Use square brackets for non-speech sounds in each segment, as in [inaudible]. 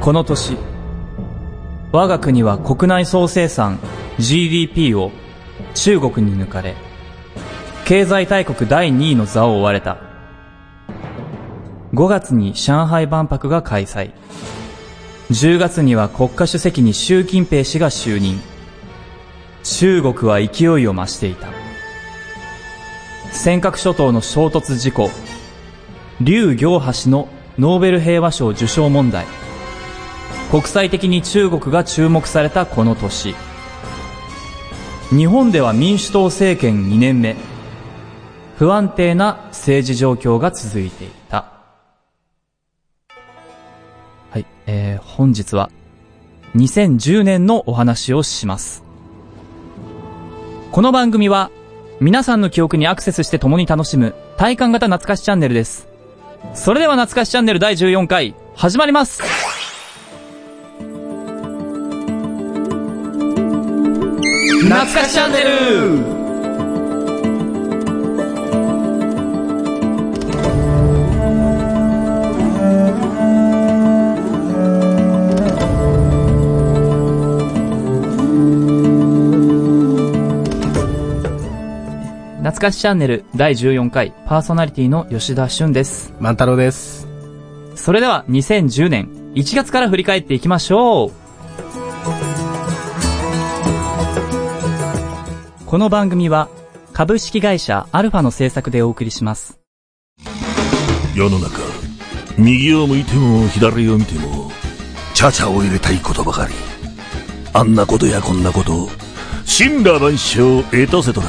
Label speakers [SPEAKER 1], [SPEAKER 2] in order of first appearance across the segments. [SPEAKER 1] この年我が国は国内総生産 GDP を中国に抜かれ経済大国第2位の座を追われた5月に上海万博が開催10月には国家主席に習近平氏が就任中国は勢いを増していた尖閣諸島の衝突事故劉行橋のノーベル平和賞受賞問題国際的に中国が注目されたこの年日本では民主党政権2年目不安定な政治状況が続いていたはい、えー、本日は2010年のお話をしますこの番組は皆さんの記憶にアクセスして共に楽しむ体感型懐かしチャンネルですそれでは懐かしチャンネル第14回始まります懐かしチャンネル懐かしチャンネル第14回パーソナリティの吉田俊です
[SPEAKER 2] 万太郎です。
[SPEAKER 1] それでは2010年1月から振り返っていきましょうこの番組は株式会社アルファの制作でお送りします
[SPEAKER 3] 世の中右を向いても左を見てもチャチャを入れたいことばかりあんなことやこんなこと神羅万象エトセトラ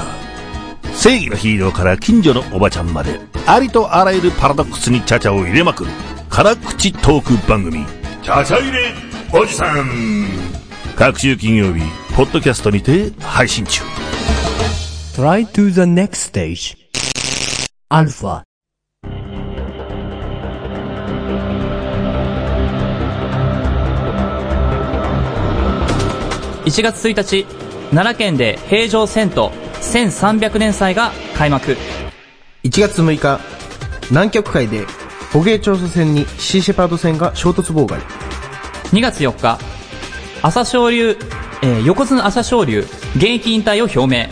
[SPEAKER 3] 正義のヒーローから近所のおばちゃんまでありとあらゆるパラドックスにチャチャを入れまくる辛口トーク番組チャチャ入れおじさん各週金曜日ポッドキャストにて配信中
[SPEAKER 4] Try to the next stage. Alpha.
[SPEAKER 1] 1月1日奈良県で平城遷都1300年祭が開幕
[SPEAKER 2] 1月6日、南極海で捕鯨調査船にシーシェパード船が衝突妨害。
[SPEAKER 1] 2月4日朝青龍、えー横綱朝青龍現役引退を表明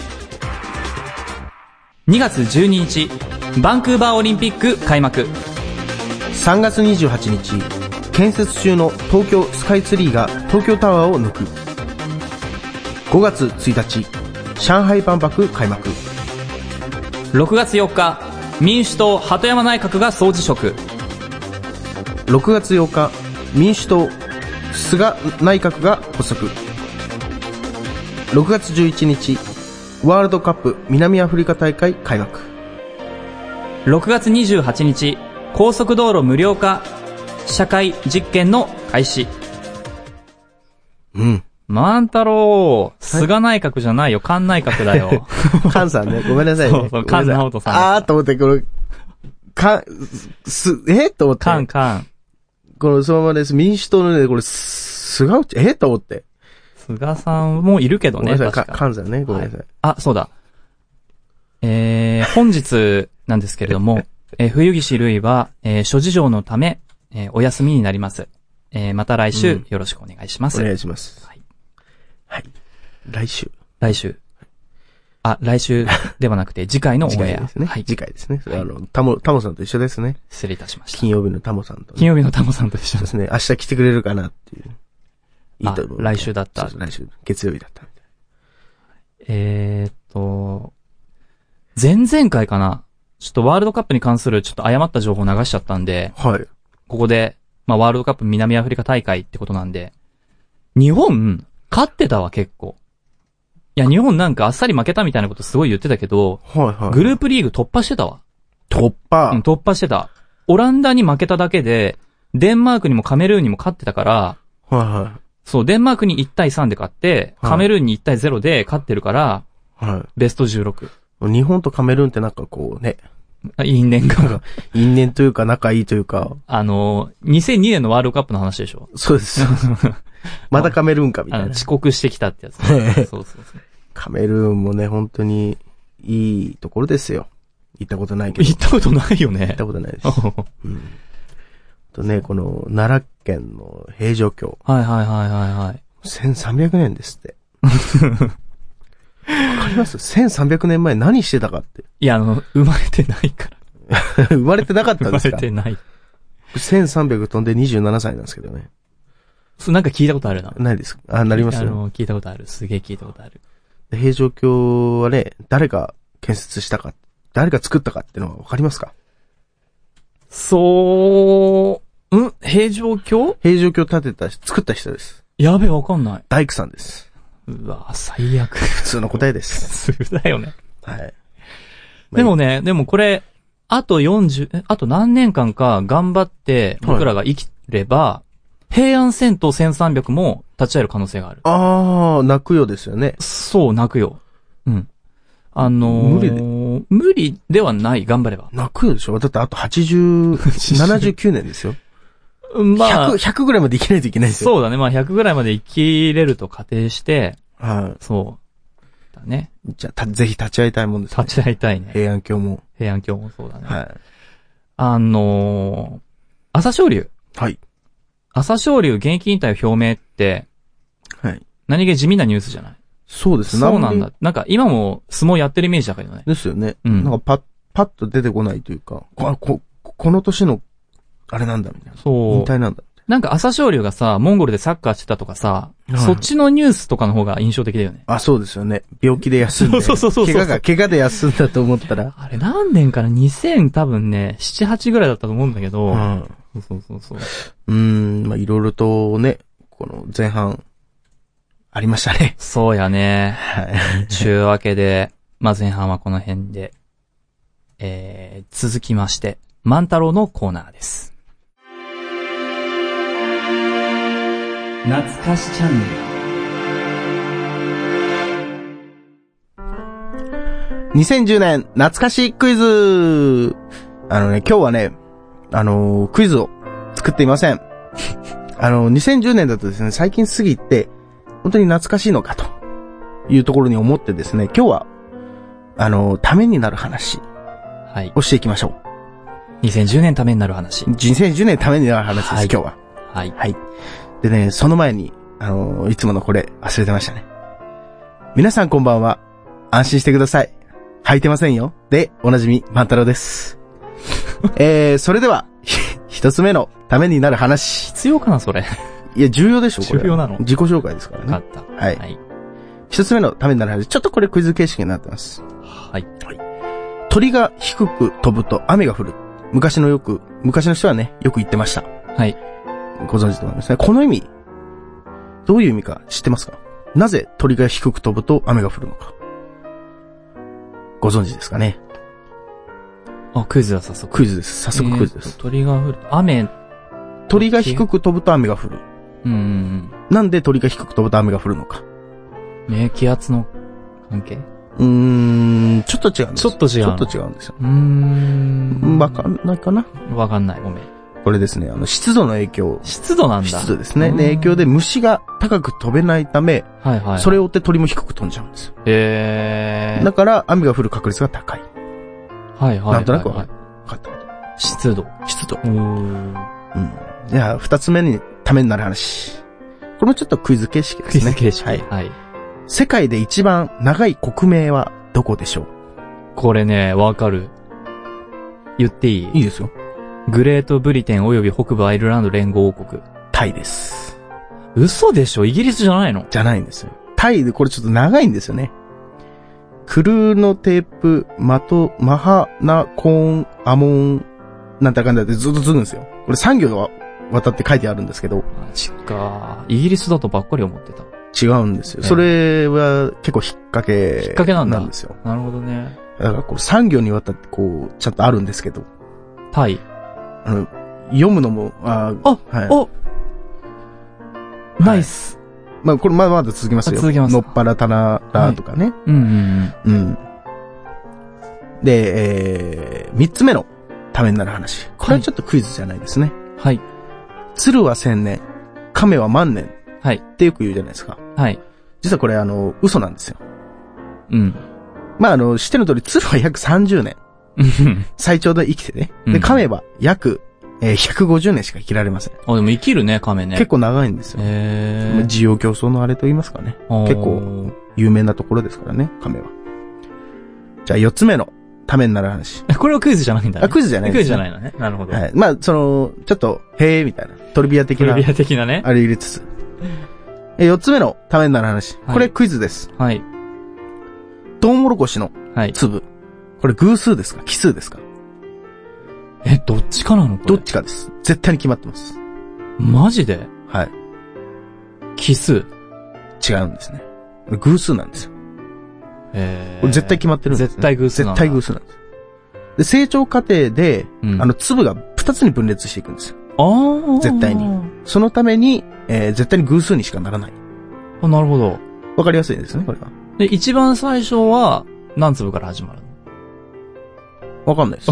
[SPEAKER 1] 2月12日バンクーバーオリンピック開幕
[SPEAKER 2] 3月28日、建設中の東京スカイツリーが東京タワーを抜く。5月1日、上海万博開幕。
[SPEAKER 1] 6月4日民主党鳩山内閣が総辞職
[SPEAKER 2] 6月8日、民主党、菅内閣が発足。6月11日、ワールドカップ南アフリカ大会開幕。
[SPEAKER 1] 6月28日高速道路無料化社会実験の開始
[SPEAKER 2] うん。
[SPEAKER 1] 万太郎菅内閣じゃないよ菅内閣だ
[SPEAKER 2] [laughs]
[SPEAKER 1] よ
[SPEAKER 2] カンさんね、ごめんなさいね。
[SPEAKER 1] そうそう菅直人さん
[SPEAKER 2] ああーと思って、この、か、す、えと思って。
[SPEAKER 1] 菅菅
[SPEAKER 2] この、そのままです。民主党のね、これ、すがうち、えと思って。
[SPEAKER 1] 菅さんもいるけど
[SPEAKER 2] ごめん
[SPEAKER 1] ね
[SPEAKER 2] なさい、
[SPEAKER 1] 確
[SPEAKER 2] か
[SPEAKER 1] か
[SPEAKER 2] カンさんね、ごめんなさい。
[SPEAKER 1] あ、そうだ。えー、本日なんですけれど
[SPEAKER 2] [laughs]
[SPEAKER 1] も、えー冬岸るいは、えー諸事情のため、えーお休みになります。えーまた来週よろしくお願いします。
[SPEAKER 2] お願いします。
[SPEAKER 1] はい。
[SPEAKER 2] はい。来週。
[SPEAKER 1] 来週。あ、来週ではなく
[SPEAKER 2] [laughs]
[SPEAKER 1] て、次回のオン
[SPEAKER 2] 次
[SPEAKER 1] エ
[SPEAKER 2] 回
[SPEAKER 1] ア。
[SPEAKER 2] ですね。
[SPEAKER 1] はい。
[SPEAKER 2] 次回ですね。それあの、タモ、タモさんと一緒ですね。
[SPEAKER 1] 失礼いたしました。
[SPEAKER 2] 金曜日のタモさんとね。
[SPEAKER 1] 金曜日のタモさんと一緒
[SPEAKER 2] そう
[SPEAKER 1] で。
[SPEAKER 2] [laughs] ですすね。明日来てくれるかなっていう。いいと思う。
[SPEAKER 1] あ来週だった
[SPEAKER 2] そうそう来週。月曜日だったみたい
[SPEAKER 1] えーっと、前々回かな。ちょっとワールドカップに関するちょっと誤った情報を流しちゃったんで、
[SPEAKER 2] な。はい。
[SPEAKER 1] ここで、まあ、ワールドカップ南アフリカ大会ってことなんで、日本、勝ってたわ、結構。いや、日本なんかあっさり負けたみたいなことすごい言ってたけど、
[SPEAKER 2] はいはい。
[SPEAKER 1] グループリーグ突破してたわ。
[SPEAKER 2] 突
[SPEAKER 1] うん、
[SPEAKER 2] 破。
[SPEAKER 1] 突破してた。オランダに負けただけで、デンマークにもカメルーンにも勝ってたから、
[SPEAKER 2] は
[SPEAKER 1] そう、デンマークに1対3で勝って、
[SPEAKER 2] はい
[SPEAKER 1] カメルーンに1対0で勝ってるから、
[SPEAKER 2] いはい。はい。
[SPEAKER 1] ベスト16。
[SPEAKER 2] 日本とカメルーンってなんかこうね、
[SPEAKER 1] あ因縁が。 [laughs]
[SPEAKER 2] 因縁というか仲いいというか、
[SPEAKER 1] あの、2002年のワールドカップの話でしょ。
[SPEAKER 2] そ
[SPEAKER 1] [laughs]
[SPEAKER 2] うです。またカメルーンかみた
[SPEAKER 1] あ
[SPEAKER 2] い
[SPEAKER 1] の、
[SPEAKER 2] な。
[SPEAKER 1] 遅刻してきた
[SPEAKER 2] [laughs]
[SPEAKER 1] ってやつ。そうそうそう。
[SPEAKER 2] カメルーンもね、本当にいいところですよ。行ったことないけど。
[SPEAKER 1] 行
[SPEAKER 2] 行
[SPEAKER 1] [laughs] ったことないよね
[SPEAKER 2] っ。たことないです。
[SPEAKER 1] おう
[SPEAKER 2] とね、この奈良県の平城京、
[SPEAKER 1] はいはいはいはいはい。
[SPEAKER 2] 1300年ですって。わかります ?1300 年前何してたかって。 [laughs]
[SPEAKER 1] いや、あの、生まれてないから。
[SPEAKER 2] 生まれてなかった
[SPEAKER 1] 生
[SPEAKER 2] んで
[SPEAKER 1] ますれ
[SPEAKER 2] か
[SPEAKER 1] てない。
[SPEAKER 2] ?1300 飛んで27歳なんですけどね。
[SPEAKER 1] そうなんか聞いたことあるな。
[SPEAKER 2] ないです。あ、なります
[SPEAKER 1] あ
[SPEAKER 2] よ。
[SPEAKER 1] の、聞いたことある。すげえ聞いたことある。
[SPEAKER 2] 平城京はね、誰が建設したか、誰が作ったかってのはわかりますか
[SPEAKER 1] そう、ん平城京
[SPEAKER 2] 平城京建てた、作った人です。
[SPEAKER 1] やべえ、わかんない。
[SPEAKER 2] 大工さんです。
[SPEAKER 1] うわ最悪。
[SPEAKER 2] 普通の答えです。
[SPEAKER 1] すぐだよね。
[SPEAKER 2] はい。
[SPEAKER 1] でもね、でもこれ、あと40、えあと何年間か頑張って僕らが生きれば、平安戦闘1300も立ち会える可能性がある。
[SPEAKER 2] あー、泣くようですよね。
[SPEAKER 1] そう、泣くよ。うん。あのー、
[SPEAKER 2] 無理
[SPEAKER 1] 無理ではない、頑張れば。
[SPEAKER 2] 泣くよでしょだってあと80、79年ですよ。
[SPEAKER 1] まあ、
[SPEAKER 2] 100、100ぐらいまで生きないといけないですよ。
[SPEAKER 1] そうだね。まあ100ぐらいまで生きれると仮定して、
[SPEAKER 2] は
[SPEAKER 1] そう。だね。
[SPEAKER 2] い。じゃあ、たぜひ立ち会いたいもんですね。
[SPEAKER 1] 立ち会いたいね。
[SPEAKER 2] 平安京も。
[SPEAKER 1] 平安京もそうだね。
[SPEAKER 2] は
[SPEAKER 1] あのー、朝青龍。
[SPEAKER 2] い。はい。
[SPEAKER 1] 朝青龍現役引退表明って、
[SPEAKER 2] はい。
[SPEAKER 1] 何気地味なニュースじゃない
[SPEAKER 2] そうです
[SPEAKER 1] そうなん。
[SPEAKER 2] あ
[SPEAKER 1] だ。なんか今も相撲やってるイメージだけどね。
[SPEAKER 2] まりですよね。
[SPEAKER 1] うん
[SPEAKER 2] なんかパッ、パッと出てこないというか、こ、あこ、この年の、あれなんだみたいな。
[SPEAKER 1] そ
[SPEAKER 2] 引
[SPEAKER 1] う。
[SPEAKER 2] 退なんだ。
[SPEAKER 1] なんか朝青龍がさ、モンゴルでサッカーしてたとかさ、
[SPEAKER 2] はい
[SPEAKER 1] そっちのニュースとかの方が印象的だよね。
[SPEAKER 2] あ、そうですよね。病気で休んで。
[SPEAKER 1] そうそうそうそう
[SPEAKER 2] 怪我が、怪我で休んだと思ったら。
[SPEAKER 1] あれ何年かな ?2000 多分ね、7、8ぐらいだったと思うんだけど、
[SPEAKER 2] うん。
[SPEAKER 1] そうそうそうそう。
[SPEAKER 2] うーん、まあいろいろとね、この前半、ありましたね。
[SPEAKER 1] そうや
[SPEAKER 2] [laughs]
[SPEAKER 1] ね。
[SPEAKER 2] はい。
[SPEAKER 1] ちゅうわけで、まあ、前半はこの辺で。えー、続きまして、万太郎のコーナーです。懐かしチャンネ
[SPEAKER 2] 2010年、懐かしいクイズあのね、今日はね、あのークイズを作っていません。あのー2010年だとですね、最近過ぎて、本当に懐かしいのかというところに思ってですね、今日は、あのーためになる話
[SPEAKER 1] ル。はい。
[SPEAKER 2] をしていきましょ
[SPEAKER 1] 2010年ためになる話
[SPEAKER 2] う。。2010年ためになる話です、
[SPEAKER 1] はい
[SPEAKER 2] 今日は。
[SPEAKER 1] はい。
[SPEAKER 2] はい。でね、その前に、あのーいつものこれ、忘れてましたね。皆さんこんばんは。安心してください。履いてませんよ。で、おなじみ、万太郎です。 [laughs] えー、それでは、 [laughs] ひ一つ目のためになる話。
[SPEAKER 1] 必要かな、それ。
[SPEAKER 2] いや、重要でしょ、これは。
[SPEAKER 1] 重要なの
[SPEAKER 2] 自己紹介ですから
[SPEAKER 1] 分か
[SPEAKER 2] ね
[SPEAKER 1] っ。た。
[SPEAKER 2] はい
[SPEAKER 1] はい。
[SPEAKER 2] 一つ目のためになる話。ちょっとこれクイズ形式になってます。
[SPEAKER 1] はい。
[SPEAKER 2] 鳥が低く飛ぶと雨が降る。昔のよく、昔の人はね、よく言ってました。
[SPEAKER 1] はい。
[SPEAKER 2] ご存知と思いますね。この意味、どういう意味か知ってますかなぜ鳥が低く飛ぶと雨が降るのかご存知ですかね
[SPEAKER 1] あ、クイズだ、早速。
[SPEAKER 2] クイズです。早速クイズで
[SPEAKER 1] えー
[SPEAKER 2] す
[SPEAKER 1] と。鳥が降る。雨、
[SPEAKER 2] 鳥が低く飛ぶと雨が降る。
[SPEAKER 1] うん
[SPEAKER 2] なんで鳥が低く飛ぶと雨が降るのか
[SPEAKER 1] うん。ね気圧の関係
[SPEAKER 2] うーん、ちょっと違うんです。
[SPEAKER 1] ちょっと違う
[SPEAKER 2] ちょ
[SPEAKER 1] の
[SPEAKER 2] っと違うんですよ。
[SPEAKER 1] うーん。
[SPEAKER 2] わかんないかな
[SPEAKER 1] わかんない、ごめん。
[SPEAKER 2] これですね、あの、湿度の影響。
[SPEAKER 1] 湿度なんだ。
[SPEAKER 2] 湿度ですね。
[SPEAKER 1] うん
[SPEAKER 2] で影響で虫が高く飛べないため、
[SPEAKER 1] はいはい。
[SPEAKER 2] それを追って鳥も低く飛んじゃうんですよ。
[SPEAKER 1] えー。
[SPEAKER 2] だから、雨が降る確率が高い。
[SPEAKER 1] はいはいはい。
[SPEAKER 2] なんとなくわか
[SPEAKER 1] はい
[SPEAKER 2] る。わかったこと
[SPEAKER 1] 湿度。
[SPEAKER 2] 湿度。
[SPEAKER 1] うーん。
[SPEAKER 2] うん。じゃあ、二つ目にためになる話。これもちょっとクイズ形式ですね。
[SPEAKER 1] クイズ形式。
[SPEAKER 2] はい。
[SPEAKER 1] はい。
[SPEAKER 2] 世界で一番長い国名はどこでしょう
[SPEAKER 1] これね、わかる。言っていい
[SPEAKER 2] いいですよ。
[SPEAKER 1] グレートブリテン及び北部アイルランド連合王国。
[SPEAKER 2] タイです。
[SPEAKER 1] 嘘でしょイギリスじゃないの
[SPEAKER 2] じゃないんですよ。タイでこれちょっと長いんですよね。クルーのテープ、マト、マハナコーン、アモン、なんてかんだってずっと続くんですよ。これ産業が渡って書いてあるんですけど、
[SPEAKER 1] マジか。イギリスだとばっかり思ってた。
[SPEAKER 2] 違うんですよ。
[SPEAKER 1] ええ
[SPEAKER 2] それは結構引っ掛け。
[SPEAKER 1] 引っ掛けなんだ
[SPEAKER 2] なんですよ。
[SPEAKER 1] なるほどね。
[SPEAKER 2] だからこう産業にわたってこう、ちゃんとあるんですけど、
[SPEAKER 1] タイ。
[SPEAKER 2] あの、読むのも、あー
[SPEAKER 1] あ
[SPEAKER 2] はい。
[SPEAKER 1] おナイス。
[SPEAKER 2] まあ、これまだまだ続きますよ。
[SPEAKER 1] 続きます
[SPEAKER 2] のっぱらたならとかね。
[SPEAKER 1] うんうん
[SPEAKER 2] うん。で、えー、三つ目のためになる話。これはちょっとクイズじゃないですね。
[SPEAKER 1] うん。はい。
[SPEAKER 2] 鶴は千年、亀は万年
[SPEAKER 1] はい。
[SPEAKER 2] ってよく言うじゃないですか。
[SPEAKER 1] はい。
[SPEAKER 2] 実はこれあの、嘘なんですよ。
[SPEAKER 1] うん。 [laughs]
[SPEAKER 2] まあ、あの、知っての通り鶴は約30年。
[SPEAKER 1] うん
[SPEAKER 2] 最長で生きてね。
[SPEAKER 1] う
[SPEAKER 2] で、
[SPEAKER 1] ん
[SPEAKER 2] 亀は約えー150年しか生きられません。
[SPEAKER 1] あ、でも生きるね、亀ね。
[SPEAKER 2] 結構長いんですよ。
[SPEAKER 1] へ
[SPEAKER 2] まあ
[SPEAKER 1] ー
[SPEAKER 2] 需要競争のあれと言いますかね。
[SPEAKER 1] あー
[SPEAKER 2] 結構有名なところですからね、亀は。じゃあ4つ目のためになる話。
[SPEAKER 1] これはクイズじゃないんだね。
[SPEAKER 2] あクイズじゃない
[SPEAKER 1] ク
[SPEAKER 2] で
[SPEAKER 1] イズ
[SPEAKER 2] す
[SPEAKER 1] じ
[SPEAKER 2] ね
[SPEAKER 1] ゃないのね。なるほど。
[SPEAKER 2] はい。まあ、その、ちょっと、へえ、みたいな、トリビア的
[SPEAKER 1] トリ
[SPEAKER 2] な、
[SPEAKER 1] ビア的なね。
[SPEAKER 2] あれ入れつつ。え、4つ目のためになる話。
[SPEAKER 1] はい
[SPEAKER 2] これクイズです。
[SPEAKER 1] はい。
[SPEAKER 2] トウモロコシの
[SPEAKER 1] はい。
[SPEAKER 2] 粒。これ偶数ですか奇数ですか
[SPEAKER 1] え、どっちかなのこれ
[SPEAKER 2] どっちかです。絶対に決まってます。
[SPEAKER 1] マジで
[SPEAKER 2] はい。
[SPEAKER 1] 奇数。
[SPEAKER 2] 違うんですね。これ偶数なんですよ。
[SPEAKER 1] え
[SPEAKER 2] これ絶対決まってるんです、ね、
[SPEAKER 1] 絶対偶数なん
[SPEAKER 2] 絶
[SPEAKER 1] だ
[SPEAKER 2] 対偶数なんです。で、成長過程で、
[SPEAKER 1] うん
[SPEAKER 2] あの、粒が2つに分裂していくんですよ。
[SPEAKER 1] あー
[SPEAKER 2] 絶対にそのために、えー絶対に偶数にしかならない。
[SPEAKER 1] あ、なるほど。
[SPEAKER 2] わかりやすいですね、これは。
[SPEAKER 1] で、一番最初は、何粒から始まるの
[SPEAKER 2] わかんないです。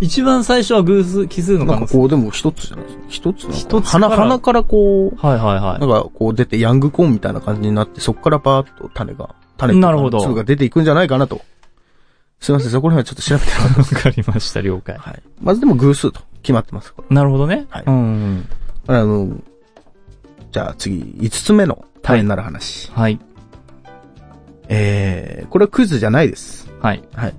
[SPEAKER 1] 一番最初は偶数、奇数の
[SPEAKER 2] な
[SPEAKER 1] 可
[SPEAKER 2] ん
[SPEAKER 1] 能
[SPEAKER 2] か
[SPEAKER 1] 性。
[SPEAKER 2] こう、でも一つじゃないですか。一つなのかな
[SPEAKER 1] 一つから
[SPEAKER 2] 鼻、鼻から
[SPEAKER 1] は
[SPEAKER 2] こ、
[SPEAKER 1] いはいう
[SPEAKER 2] な
[SPEAKER 1] は
[SPEAKER 2] んかこう出て、ヤングコーンみたいな感じになって、そこからバーッと種が、種と
[SPEAKER 1] なるほど
[SPEAKER 2] 粒が出ていくんじゃないかなと。すいません、そこら辺はちょっと調べてなかった
[SPEAKER 1] い。わかりました、了解。
[SPEAKER 2] はい。まずでも偶数と決まってます。これ
[SPEAKER 1] なるほどね。
[SPEAKER 2] はい
[SPEAKER 1] うん。
[SPEAKER 2] あの、じゃあ次、五つ目のタイになる話。
[SPEAKER 1] はい。
[SPEAKER 2] えー、これはクイズじゃないです。
[SPEAKER 1] はい。
[SPEAKER 2] はい。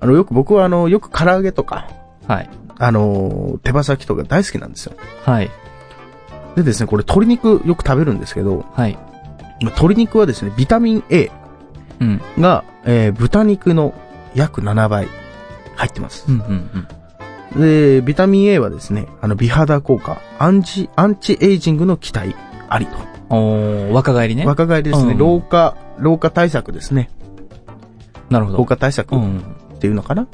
[SPEAKER 2] あの、よく僕はあの、よく唐揚げとか、
[SPEAKER 1] はい。
[SPEAKER 2] あの、手羽先とか大好きなんですよ。
[SPEAKER 1] はい。
[SPEAKER 2] でですね、これ鶏肉よく食べるんですけど、
[SPEAKER 1] はい。
[SPEAKER 2] 鶏肉はですね、ビタミン A
[SPEAKER 1] うん。
[SPEAKER 2] が、えー、豚肉の約7倍入ってます
[SPEAKER 1] う。んうんうん。
[SPEAKER 2] で、ビタミン A はですね、あの、美肌効果、アンチ、アンチエイジングの期待ありと。
[SPEAKER 1] おー、若返りね。
[SPEAKER 2] 若返りですね、
[SPEAKER 1] うん
[SPEAKER 2] 老化、老化対策ですね。
[SPEAKER 1] なるほ
[SPEAKER 2] 老
[SPEAKER 1] ど。
[SPEAKER 2] 化対策
[SPEAKER 1] う
[SPEAKER 2] っ
[SPEAKER 1] ん。
[SPEAKER 2] ていうのかな、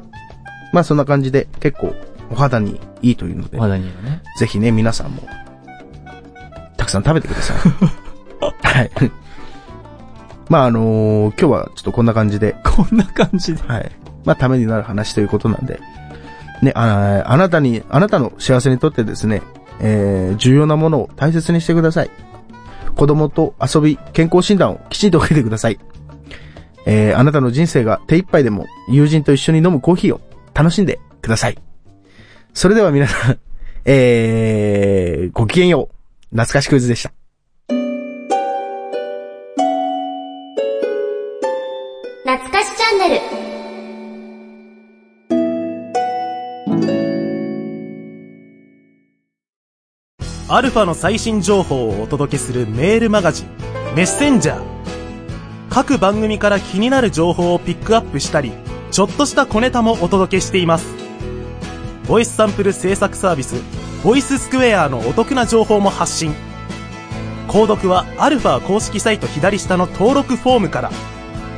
[SPEAKER 2] まあそんな感じで結構お肌にいいというので
[SPEAKER 1] お、肌にいいのね。
[SPEAKER 2] ぜひね、皆さんも、たくさん食べてください。はい。まああのー今日はちょっとこんな感じで、
[SPEAKER 1] こんな感じで。
[SPEAKER 2] はい。まあためになる話ということなんで、ね、ああなたに、あなたの幸せにとってですね、えー、重要なものを大切にしてください。子供と遊び、健康診断をきちんと受けてください。えー、あなたの人生が手一杯でも友人と一緒に飲むコーヒーを楽しんでください。それでは皆さん、えー、ごきげんよう。懐かしクイズでした。
[SPEAKER 5] 懐かしチャンネル
[SPEAKER 6] アルファの最新情報をお届けするメールマガジン、メッセンジャー。各番組から気になる情報をピックアップしたり、ちょっとした小ネタもお届けしています。ボイスサンプル制作サービス、ボイススクエアのお得な情報も発信。購読はアルファ公式サイト左下の登録フォームから、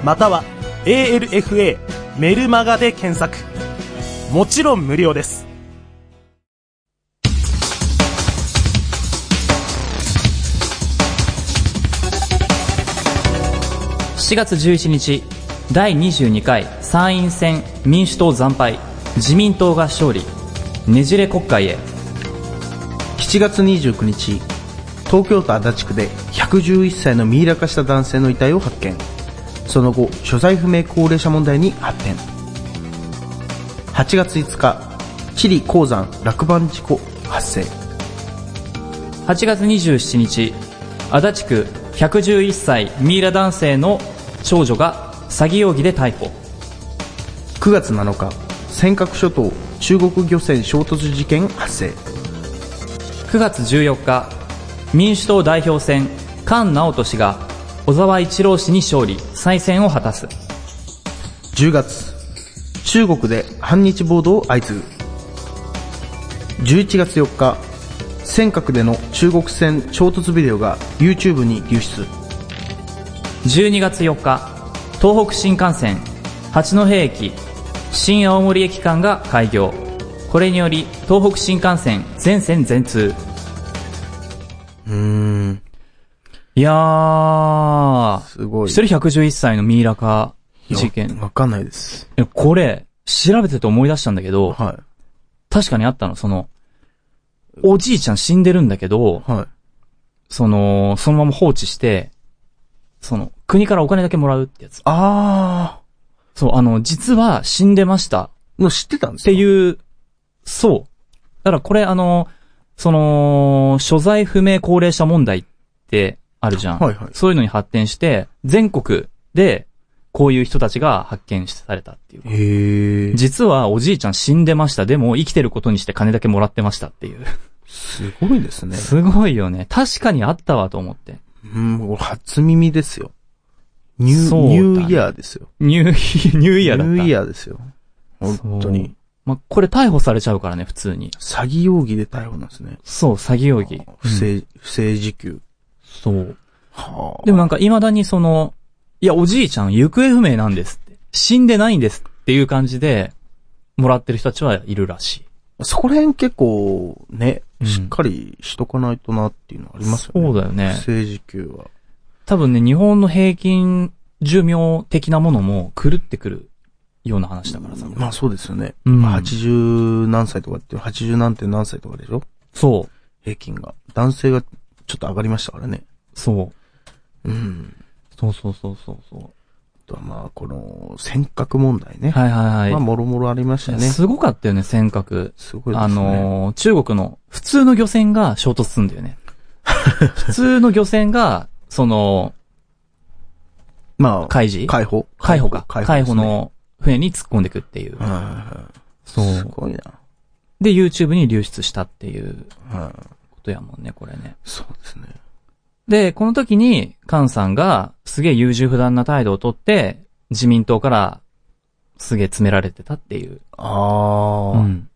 [SPEAKER 6] または ALFA メルマガで検索。もちろん無料です。
[SPEAKER 1] 4月11日、第22回参院選民主党惨敗、自民党が勝利、ねじれ国会へ。
[SPEAKER 2] 7月29日、東京都足立区で111歳のミイラ化した男性の遺体を発見。その後、所在不明高齢者問題に発展。8月5日、チリ鉱山落盤事故発生。
[SPEAKER 1] 8月27日足立区111歳ミイラ男性の少女が詐欺容疑で逮捕
[SPEAKER 2] 9月7日、尖閣諸島中国漁船衝突事件発生。
[SPEAKER 1] 9月14日民主党代表選菅直人氏が小沢一郎氏に勝利再選を果たす
[SPEAKER 2] 10月、中国で反日暴動を相次ぐ。11月4日、尖閣での中国船衝突ビデオが YouTube に流出。
[SPEAKER 1] 12月4日東北新幹線八戸駅新青森駅間が開業これにより東北新幹線全線全通
[SPEAKER 2] うん。
[SPEAKER 1] いやー
[SPEAKER 2] すごい。
[SPEAKER 1] 一人111歳のミイラ化事件
[SPEAKER 2] いやわかんないです。
[SPEAKER 1] いやこれ、調べてて思い出したんだけど、
[SPEAKER 2] は
[SPEAKER 1] 確かにあったの、その、おじいちゃん死んでるんだけど
[SPEAKER 2] い。、はい。
[SPEAKER 1] その、そのまま放置して、その、国からお金だけもらうってやつ。
[SPEAKER 2] あ
[SPEAKER 1] そう、あの、実は死んでました
[SPEAKER 2] ー。の知ってたんで
[SPEAKER 1] っ
[SPEAKER 2] す
[SPEAKER 1] て
[SPEAKER 2] かう。
[SPEAKER 1] いう、そう。だからこれあの、その、所在不明高齢者問題ってあるじゃん。
[SPEAKER 2] はいはい
[SPEAKER 1] そういうのに発展して、全国でこういう人たちが発見されたっていう。
[SPEAKER 2] へえ。
[SPEAKER 1] 実はおじいちゃん死んでました。でも生きてることにして金だけもらってましたっていう。
[SPEAKER 2] すごいですね。
[SPEAKER 1] すごいよね。確かにあったわと思って。
[SPEAKER 2] うん、俺初耳ですよ。ニュー、
[SPEAKER 1] そうだね
[SPEAKER 2] ニューイヤーですよ。
[SPEAKER 1] ニュー、ニューイヤーだった。
[SPEAKER 2] ニューイヤーですよ。本当
[SPEAKER 1] そう
[SPEAKER 2] に。
[SPEAKER 1] まあ、これ逮捕されちゃうからね、普通に。
[SPEAKER 2] 詐欺容疑で逮捕なんですね。
[SPEAKER 1] そう、詐欺容疑。
[SPEAKER 2] 不正、不正受給。
[SPEAKER 1] そう。
[SPEAKER 2] はあ。
[SPEAKER 1] でもなんか未だにその、いや、おじいちゃん行方不明なんですって。死んでないんですっていう感じで、もらってる人たちはいるらし
[SPEAKER 2] そこら辺結構、ね、
[SPEAKER 1] うん
[SPEAKER 2] しっかりしとかないとなっていうのはあ
[SPEAKER 1] い。
[SPEAKER 2] りますよね。
[SPEAKER 1] そうだよね
[SPEAKER 2] 不。正受給は。
[SPEAKER 1] 多分ね、日本の平均寿命的なものも狂ってくるような話だからさ。
[SPEAKER 2] まあそうですよね。
[SPEAKER 1] うん
[SPEAKER 2] まあ80何歳とかって、80何点何歳とかでしょ
[SPEAKER 1] そう。
[SPEAKER 2] 平均が。男性がちょっと上がりましたからね。
[SPEAKER 1] そう。
[SPEAKER 2] うん。
[SPEAKER 1] そうそうそうそうそ
[SPEAKER 2] あとはまあ、この、尖閣問題ね。
[SPEAKER 1] う。はいはいはい。
[SPEAKER 2] まあ、もろもろありましたね。
[SPEAKER 1] すごかったよね、尖閣。
[SPEAKER 2] すごいですね。
[SPEAKER 1] あのー中国の普通の漁船が衝突すんだよ [laughs] ね。普通の漁船が、その、
[SPEAKER 2] まあ、
[SPEAKER 1] 海事
[SPEAKER 2] 解放。
[SPEAKER 1] 海保か。
[SPEAKER 2] 海
[SPEAKER 1] 海保
[SPEAKER 2] 保ですね。
[SPEAKER 1] の船に突っ込んでくっていう。
[SPEAKER 2] はいはいは
[SPEAKER 1] そ
[SPEAKER 2] い。すごいな。
[SPEAKER 1] で、YouTube に流出したっていう
[SPEAKER 2] はい。
[SPEAKER 1] ことやもんね、これね。
[SPEAKER 2] そうですね。
[SPEAKER 1] で、この時に、菅さんが、すげえ優柔不断な態度をとって、自民党から、すげえ詰められてたっていう。
[SPEAKER 2] ああ、
[SPEAKER 1] うん。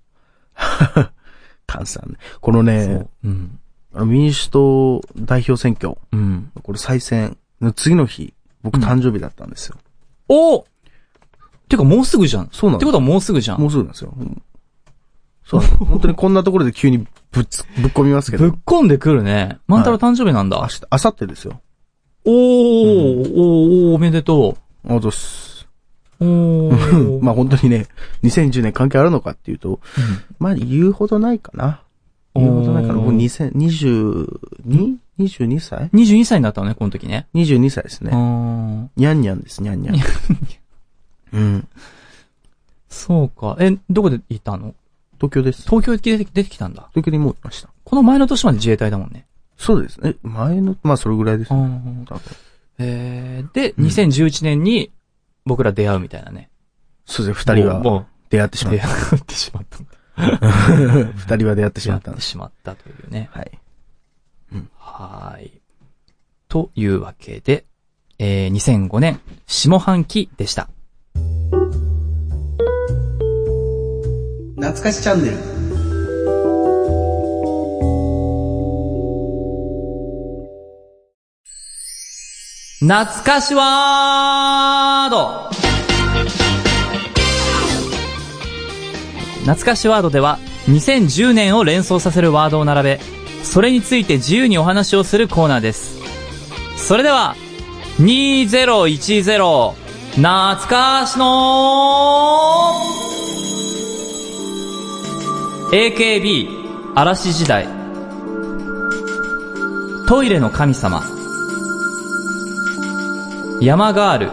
[SPEAKER 2] 菅さんね。この
[SPEAKER 1] そ
[SPEAKER 2] ね
[SPEAKER 1] う、。うん。
[SPEAKER 2] あの民主党代表選挙、
[SPEAKER 1] うん。
[SPEAKER 2] これ再選の次の日、僕
[SPEAKER 1] うん
[SPEAKER 2] 誕生日だったんですよ。
[SPEAKER 1] おてか、もうすぐじゃん。
[SPEAKER 2] そうな
[SPEAKER 1] っ
[SPEAKER 2] ん
[SPEAKER 1] てこ
[SPEAKER 2] です
[SPEAKER 1] とはもうすぐじゃん。
[SPEAKER 2] もうすぐなんですよ。うんそう
[SPEAKER 1] [laughs]
[SPEAKER 2] なんです本当にこんなところで急にぶっつ、 [laughs] ぶっ込みますけ
[SPEAKER 1] ぶっ
[SPEAKER 2] ど。
[SPEAKER 1] こんでくるね。万太郎誕生日なんだ。
[SPEAKER 2] 明日、明後日ですよ。
[SPEAKER 1] おー、おー、おーおめでと
[SPEAKER 2] ありがとうございます。
[SPEAKER 1] う。おー。
[SPEAKER 2] [laughs] まあ本当にね、2010年関係あるのかっていうと、まあ言うほどないかな。言うほどないかな。
[SPEAKER 1] おー
[SPEAKER 2] もう2022?22 22歳
[SPEAKER 1] 22歳になったのね、この時ね。
[SPEAKER 2] ?22 歳です
[SPEAKER 1] う
[SPEAKER 2] ね。
[SPEAKER 1] ーん。
[SPEAKER 2] にゃんにゃんです、にゃんにゃん。うん。
[SPEAKER 1] そうか。え、どこでいたの
[SPEAKER 2] 東京です。
[SPEAKER 1] 東京に出て出てきたんだ。
[SPEAKER 2] 東京にもういました。
[SPEAKER 1] この前の年まで自衛隊だもんね。
[SPEAKER 2] そうですね。前の、まあそれぐらいです。
[SPEAKER 1] うん。
[SPEAKER 2] 多分
[SPEAKER 1] えー、で、2011年に僕ら出会うみたいなね。
[SPEAKER 2] そうですね、二人は
[SPEAKER 1] も
[SPEAKER 2] 出会ってし
[SPEAKER 1] う、も
[SPEAKER 2] ま
[SPEAKER 1] う出
[SPEAKER 2] った。
[SPEAKER 1] 会ってしまった。
[SPEAKER 2] 二人は出会ってし
[SPEAKER 1] 出
[SPEAKER 2] ま
[SPEAKER 1] 会っ
[SPEAKER 2] ったん
[SPEAKER 1] て
[SPEAKER 2] です。
[SPEAKER 1] しまったというね。
[SPEAKER 2] はい。
[SPEAKER 1] はーい。というわけで、えー、2005年、下半期でした。
[SPEAKER 2] 懐かしチャンネル。
[SPEAKER 1] 懐かしワード懐かしワードでは2010年を連想させるワードを並べそれについて自由にお話をするコーナーですそれでは2010懐かしの AKB 嵐時代トイレの神様山ガール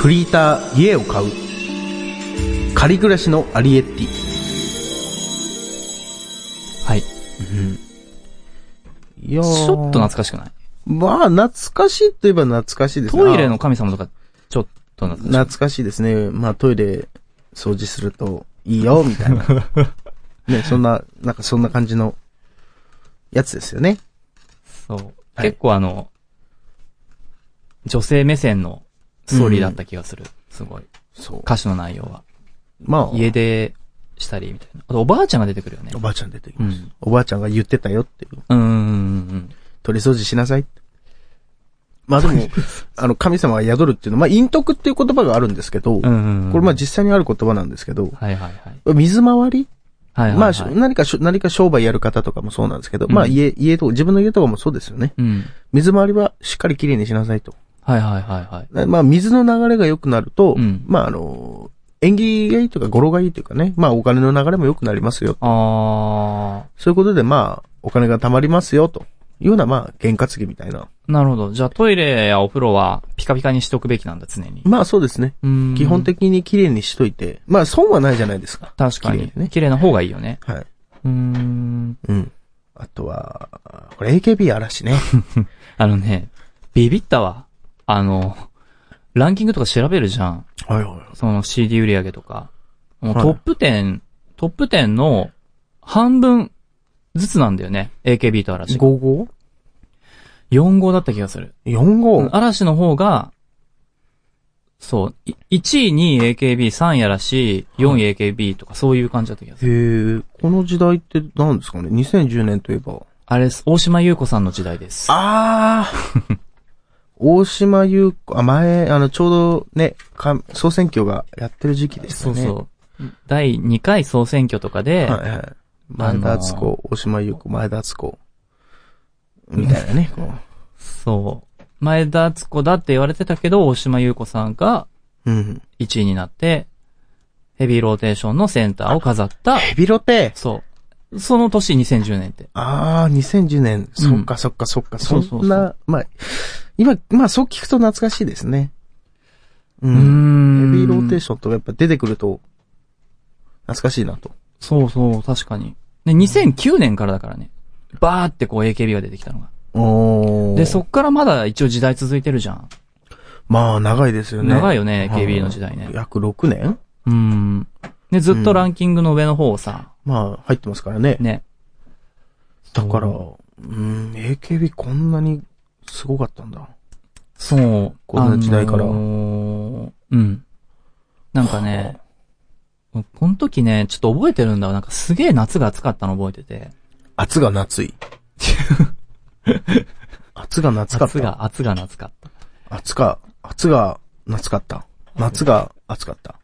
[SPEAKER 2] フリーター、家を買う。仮暮らしのアリエッティ。
[SPEAKER 1] はい。ち
[SPEAKER 2] いやち
[SPEAKER 1] ょっと懐かしくない
[SPEAKER 2] まあ、懐かしいといえば懐かしいですね
[SPEAKER 1] トイレの神様とか、ちょっと懐かし
[SPEAKER 2] 懐かしいですね。まあ、トイレ掃除するといいよ、みた [laughs] いな。ね、そんな、なんかそんな感じのやつですよね。
[SPEAKER 1] い。そう。
[SPEAKER 2] はい
[SPEAKER 1] 結構あの、女性目線のストーリーだった気がする。すごい。
[SPEAKER 2] そう。
[SPEAKER 1] 歌詞の内容は。
[SPEAKER 2] まあ、
[SPEAKER 1] 家出したりみたいな。あとおばあちゃんが出てくるよね
[SPEAKER 2] お。ばあちゃん出てき
[SPEAKER 1] う
[SPEAKER 2] ます。
[SPEAKER 1] ん。
[SPEAKER 2] おばあちゃんが言ってたよっていう。
[SPEAKER 1] うーん。
[SPEAKER 2] トイレ掃除しなさいって。まあでも、あの、神様が宿るっていうのは、まあ、陰徳っていう言葉があるんですけど、
[SPEAKER 1] うんうんうん。
[SPEAKER 2] これまあ
[SPEAKER 1] じ
[SPEAKER 2] 実際にある言葉なんですけど、
[SPEAKER 1] はいはいはい。
[SPEAKER 2] 水回り
[SPEAKER 1] はいはい、はい。
[SPEAKER 2] まあ、し何かしょ、何か商売やる方とかもそうなんですけど、
[SPEAKER 1] うん
[SPEAKER 2] まあ家、家とか、自分の家とかもそうですよね。
[SPEAKER 1] うん。
[SPEAKER 2] 水回りはしっかりきれいにしなさいと。
[SPEAKER 1] はいはいはいはい。
[SPEAKER 2] なまあ、水の流れが良くなると、
[SPEAKER 1] うん
[SPEAKER 2] まあ、あの、縁起がいいとか、語呂がいいというかね、まあ、お金の流れも良くなりますよ。
[SPEAKER 1] あ
[SPEAKER 2] そういうことで、まあ、お金が貯まりますよ、と。
[SPEAKER 1] ー。
[SPEAKER 2] ような、まあ、験担ぎみたいな。
[SPEAKER 1] なるほど。じゃあトイレやお風呂はピカピカにしておくべきなんだ、常に。
[SPEAKER 2] まあそうですね。
[SPEAKER 1] うん
[SPEAKER 2] 基本的に綺麗にしといて、まあ損はないじゃないですか。
[SPEAKER 1] 確か
[SPEAKER 2] 綺
[SPEAKER 1] に
[SPEAKER 2] 麗。ね。
[SPEAKER 1] 綺麗な方がいいよね。
[SPEAKER 2] はい。
[SPEAKER 1] うーん。
[SPEAKER 2] うん。あとは、これ AKB
[SPEAKER 1] [laughs]
[SPEAKER 2] 嵐ね。
[SPEAKER 1] あのね、ビビったわ。あの、ランキングとか調べるじゃん。
[SPEAKER 2] はいはい。
[SPEAKER 1] その CD 売り上げとか。もう
[SPEAKER 2] はい
[SPEAKER 1] トップ10、トップ10の半分ずつなんだよね。AKB と嵐。
[SPEAKER 2] 5号
[SPEAKER 1] 4号だった気がする。
[SPEAKER 2] ?4
[SPEAKER 1] う
[SPEAKER 2] 号
[SPEAKER 1] ん嵐の方が、そう、い1位、2位 AKB、3位嵐、4位 AKB とかそういう感じだった気がす
[SPEAKER 2] へ
[SPEAKER 1] る。
[SPEAKER 2] え、この時代って何ですかね ?2010 年といえば。
[SPEAKER 1] あれです、大島優子さんの時代です。
[SPEAKER 2] あー [laughs] 大島優子、あ、前、あの、ちょうどね、か総選挙がやってる時期でした
[SPEAKER 1] そ
[SPEAKER 2] ね。
[SPEAKER 1] うそう。第2回総選挙とかで、
[SPEAKER 2] はいはい。前田敦子、
[SPEAKER 1] あ
[SPEAKER 2] 大島優子、前田敦子。みたいなね、こう。
[SPEAKER 1] そう。前田敦子だって言われてたけど、大島優子さんが
[SPEAKER 2] うん。
[SPEAKER 1] 1位になって、ヘビーローテーションのセンターを飾った、
[SPEAKER 2] ヘビロテ
[SPEAKER 1] そう。その年2010年って。
[SPEAKER 2] あー、2010年。そっかそっかそっか。そんな、
[SPEAKER 1] そうそうそう
[SPEAKER 2] まあ、今、まあそう聞くと懐かしいですね。う。
[SPEAKER 1] うん
[SPEAKER 2] ヘ
[SPEAKER 1] ん
[SPEAKER 2] ビーローテー
[SPEAKER 1] ョン。
[SPEAKER 2] ションとかやっぱ出てくると、懐かしいなと。
[SPEAKER 1] そうそう、確かに。で、2009年からだからね。バーってこう AKB が出てきたのが。
[SPEAKER 2] お
[SPEAKER 1] で、そっからまだ一応時代続いてるじゃん。
[SPEAKER 2] まあ、長いですよね。
[SPEAKER 1] 長いよね AKB の時代ね
[SPEAKER 2] うん約6年
[SPEAKER 1] うん。で、ずっとランキングの上の方をさ、
[SPEAKER 2] まあ、入ってますからね。
[SPEAKER 1] ね。
[SPEAKER 2] だから、
[SPEAKER 1] そう
[SPEAKER 2] うん、AKB こんなにすごかったんだ。
[SPEAKER 1] そう。
[SPEAKER 2] こんな時代から
[SPEAKER 1] あのーうん。なんかね、この時ね、ちょっと覚えてるんだわなんかすげえ夏が暑かったの覚えてて。
[SPEAKER 2] 暑が夏い。 [laughs] 暑が夏かった。
[SPEAKER 1] 夏。が、暑が夏かった。
[SPEAKER 2] 暑か、暑が夏かった。夏が暑かった。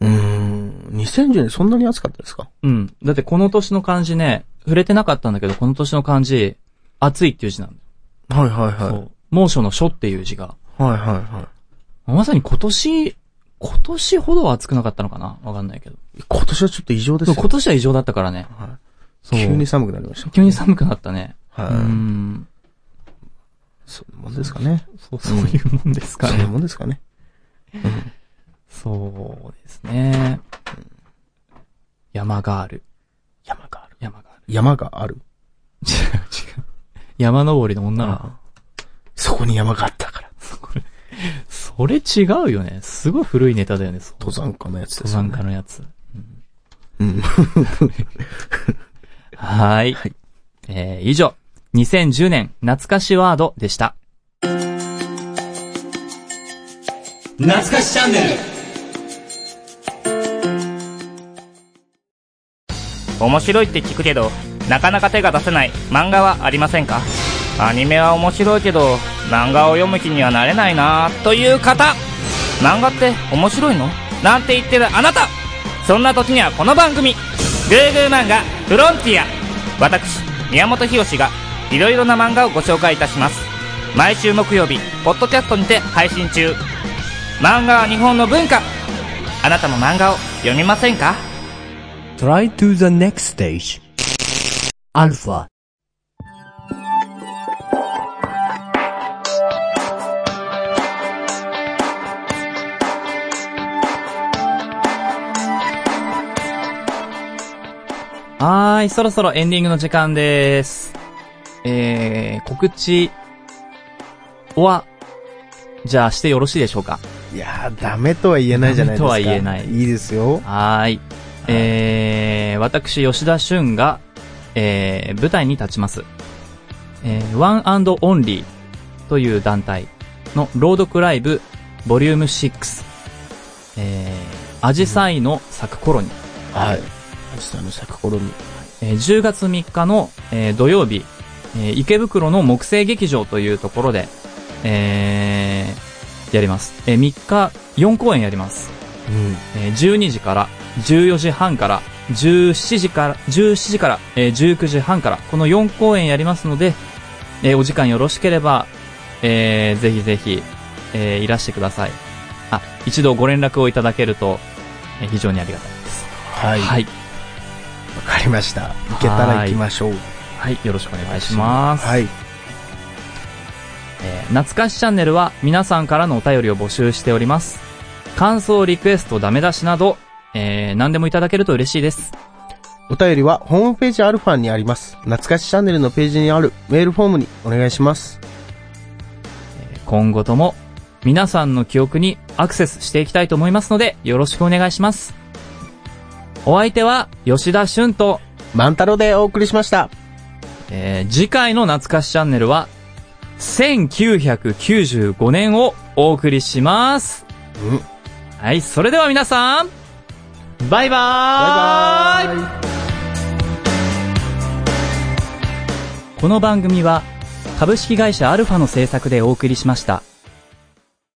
[SPEAKER 2] うーん、2010年そんなに暑かったですか
[SPEAKER 1] うん。だってこの年の漢字ね、触れてなかったんだけど、この年の漢字、暑いっていう字なん
[SPEAKER 2] はいはい
[SPEAKER 1] だよ。
[SPEAKER 2] は
[SPEAKER 1] そう。猛暑の暑っていう字が。
[SPEAKER 2] い。はいはいは
[SPEAKER 1] まさに今年、今年ほどは暑くなかったのかなわかんないけど。
[SPEAKER 2] い。今年はちょっと異常で
[SPEAKER 1] ですも
[SPEAKER 2] よ。
[SPEAKER 1] 今年は異常だったからね。
[SPEAKER 2] はい
[SPEAKER 1] そう
[SPEAKER 2] 急に寒くなりました。
[SPEAKER 1] 急に寒くなったね。う
[SPEAKER 2] はい。
[SPEAKER 1] ん。
[SPEAKER 2] そういうもんですかね。
[SPEAKER 1] そう、そういうもんですか
[SPEAKER 2] そう
[SPEAKER 1] ね。
[SPEAKER 2] いうもんですかね。
[SPEAKER 1] そうですね。山がある。
[SPEAKER 2] 山がある。
[SPEAKER 1] 山がある。
[SPEAKER 2] 山がある。
[SPEAKER 1] [laughs] 違う違う。山登りの女の子。
[SPEAKER 2] あそこに山があったから。
[SPEAKER 1] それ違うよね。すごい古いネタだよね。そう
[SPEAKER 2] 登山家のやつ
[SPEAKER 1] 登
[SPEAKER 2] ですよ
[SPEAKER 1] 山
[SPEAKER 2] ね。
[SPEAKER 1] 家のやつ。
[SPEAKER 2] うん。
[SPEAKER 1] [laughs] はーい。
[SPEAKER 2] はい
[SPEAKER 1] えー、以上。2010年懐かしワードでした。
[SPEAKER 7] 懐かしチャンネル
[SPEAKER 8] 面白いって聞くけどなかなか手が出せない漫画はありませんかアニメは面白いけど漫画を読む気にはなれないなという方漫画って面白いのなんて言ってるあなたそんな時にはこの番組「グーグー漫画フロンティア」私宮本浩がいろいろな漫画をご紹介いたします毎週木曜日ポッドキャストにて配信中漫画は日本の文化あなたも漫画を読みませんか
[SPEAKER 4] Try to the next stage. Alpha.
[SPEAKER 1] はーい、そろそろエンディングの時間です。えー、告知は、じゃあしてよろしいでしょうか
[SPEAKER 2] いやー、ダメとは言えないじゃないですか。
[SPEAKER 1] ダメとは言えない
[SPEAKER 2] いいですよ。
[SPEAKER 1] はーい。えー、私、吉田俊が、えー、舞台に立ちます。えー、ワンオンリーという団体の朗読ライブボリューム6。えー、アジサイの咲く頃に。
[SPEAKER 2] はい。明日の咲く頃に。
[SPEAKER 1] えー10月3日の、えー土曜日、えー池袋の木星劇場というところで、えーやります。えー3日4公演やります。えー12時から、14時半から、17時から、17時から、えー19時半から、この4公演やりますので、えーお時間よろしければ、えーぜひぜひ、えーいらしてください。あ、一度ご連絡をいただけると、えー非常にありがたいです。
[SPEAKER 2] はい。わ、
[SPEAKER 1] はい。
[SPEAKER 2] かりました。行けたら行きましょう。
[SPEAKER 1] はい、よろしくお願いします。
[SPEAKER 2] はい。
[SPEAKER 1] えー懐かしチャンネルは皆さんからのお便りを募集しております。感想、リクエスト、ダメ出しなど、えー、何でもいただけると嬉しいです。
[SPEAKER 2] お便りはホームページアルファにあります。懐かしチャンネルのページにあるメールフォームにお願いします。
[SPEAKER 1] 今後とも、皆さんの記憶にアクセスしていきたいと思いますので、よろしくお願いします。お相手は、吉田俊と、
[SPEAKER 2] 万太郎でお送りしました。
[SPEAKER 1] えー次回の懐かしチャンネルは、1995年をお送りします。はい、それでは皆さん、バイバーイ
[SPEAKER 2] イ
[SPEAKER 1] この番組は株式会社アルファの制作でお送りしました。